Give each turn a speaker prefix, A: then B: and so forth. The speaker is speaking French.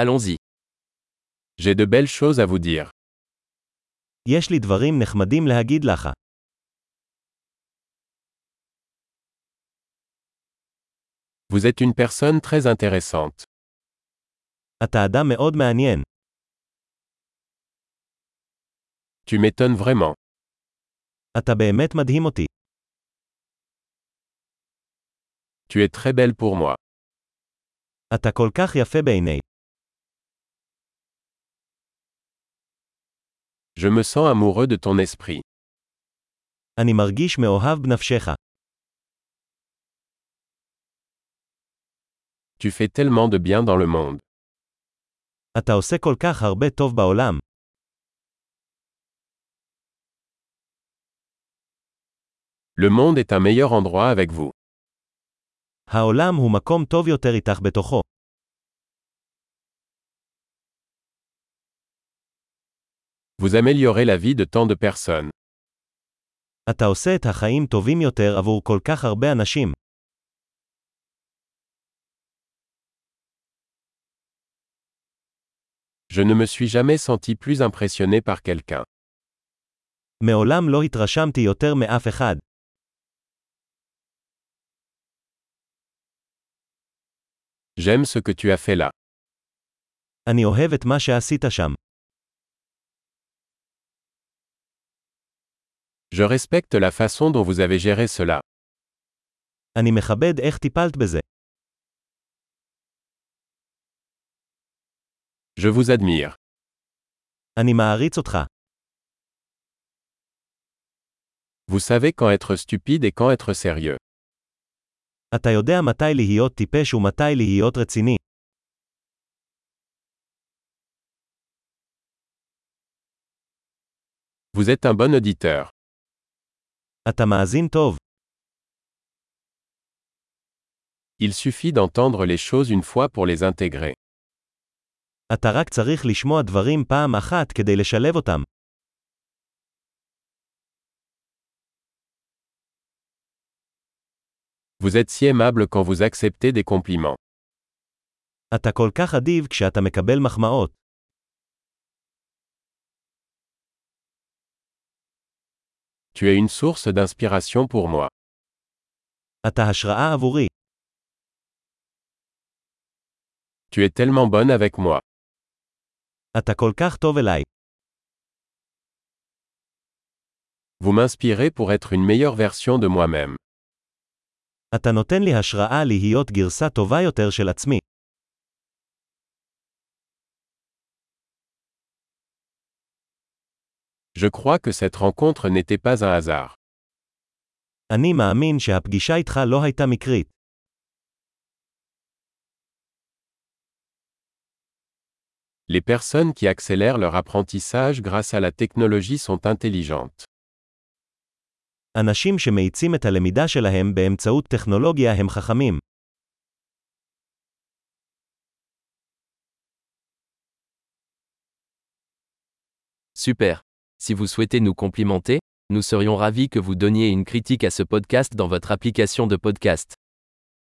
A: Allons-y. J'ai de belles choses à vous dire.
B: יש לי דברים נחמדים להגיד לך.
A: Vous êtes une personne très intéressante.
B: אתה אדם מאוד מעניין.
A: Tu m'étonnes vraiment.
B: אתה באמת מדהים אותי.
A: Tu es très belle pour moi.
B: אתה כל כך יפה בעיני.
A: Je me sens amoureux de ton esprit.
B: אני מרגיש מאוהב בנפשך.
A: Tu fais tellement de bien dans le monde.
B: אתה עושה כל כך הרבה טוב בעולם.
A: Le monde est un meilleur endroit avec vous.
B: העולם הוא מקום טוב יותר איתך בתוכו.
A: Vous améliorez la vie de tant de personnes.
B: אתה עושה את החיים טובים יותר עבור כל כך הרבה אנשים.
A: Je ne me suis jamais senti plus impressionné par quelqu'un.
B: מעולם לא התרשמתי יותר מאף אחד.
A: J'aime ce que tu as fait là.
B: אני אוהב את מה שעשית שם.
A: Je respecte la façon dont vous avez géré cela.
B: אני מכבד איך טיפלת בזה.
A: Je vous admire.
B: אני מעריץ אותך.
A: Vous savez quand être stupide et quand être sérieux.
B: אתה יודע מתי להיות טיפש ומתי להיות רציני.
A: Vous êtes un bon auditeur.
B: אתה מאזין טוב.
A: Il suffit d'entendre les choses une fois pour les intégrer.
B: אתה רק צריך לשמוע דברים פעם אחת כדי לשלב אותם.
A: Vous êtes si aimable quand vous acceptez des compliments.
B: אתה כל כך אדיב כשאתה מקבל מחמאות.
A: Tu es une source d'inspiration pour moi.
B: אתה השראה עבורי.
A: Tu es tellement bonne avec moi.
B: אתה כל כך טוב אליי.
A: Vous m'inspirez pour être une meilleure version de moi-même.
B: אתה נותן לי השראה להיות גרסה טובה יותר של עצמי.
A: Je crois que cette rencontre n'était pas un hasard.
B: אני מאמין שהפגישה איתך לא הייתה מקרית.
A: Les personnes qui accélèrent leur apprentissage grâce à la technologie sont intelligentes.
B: אנשים שמאיצים את הלמידה שלהם באמצעות טכנולוגיה הם חכמים.
C: Super. Si vous souhaitez nous complimenter, nous serions ravis que vous donniez une critique à ce podcast dans votre application de podcast.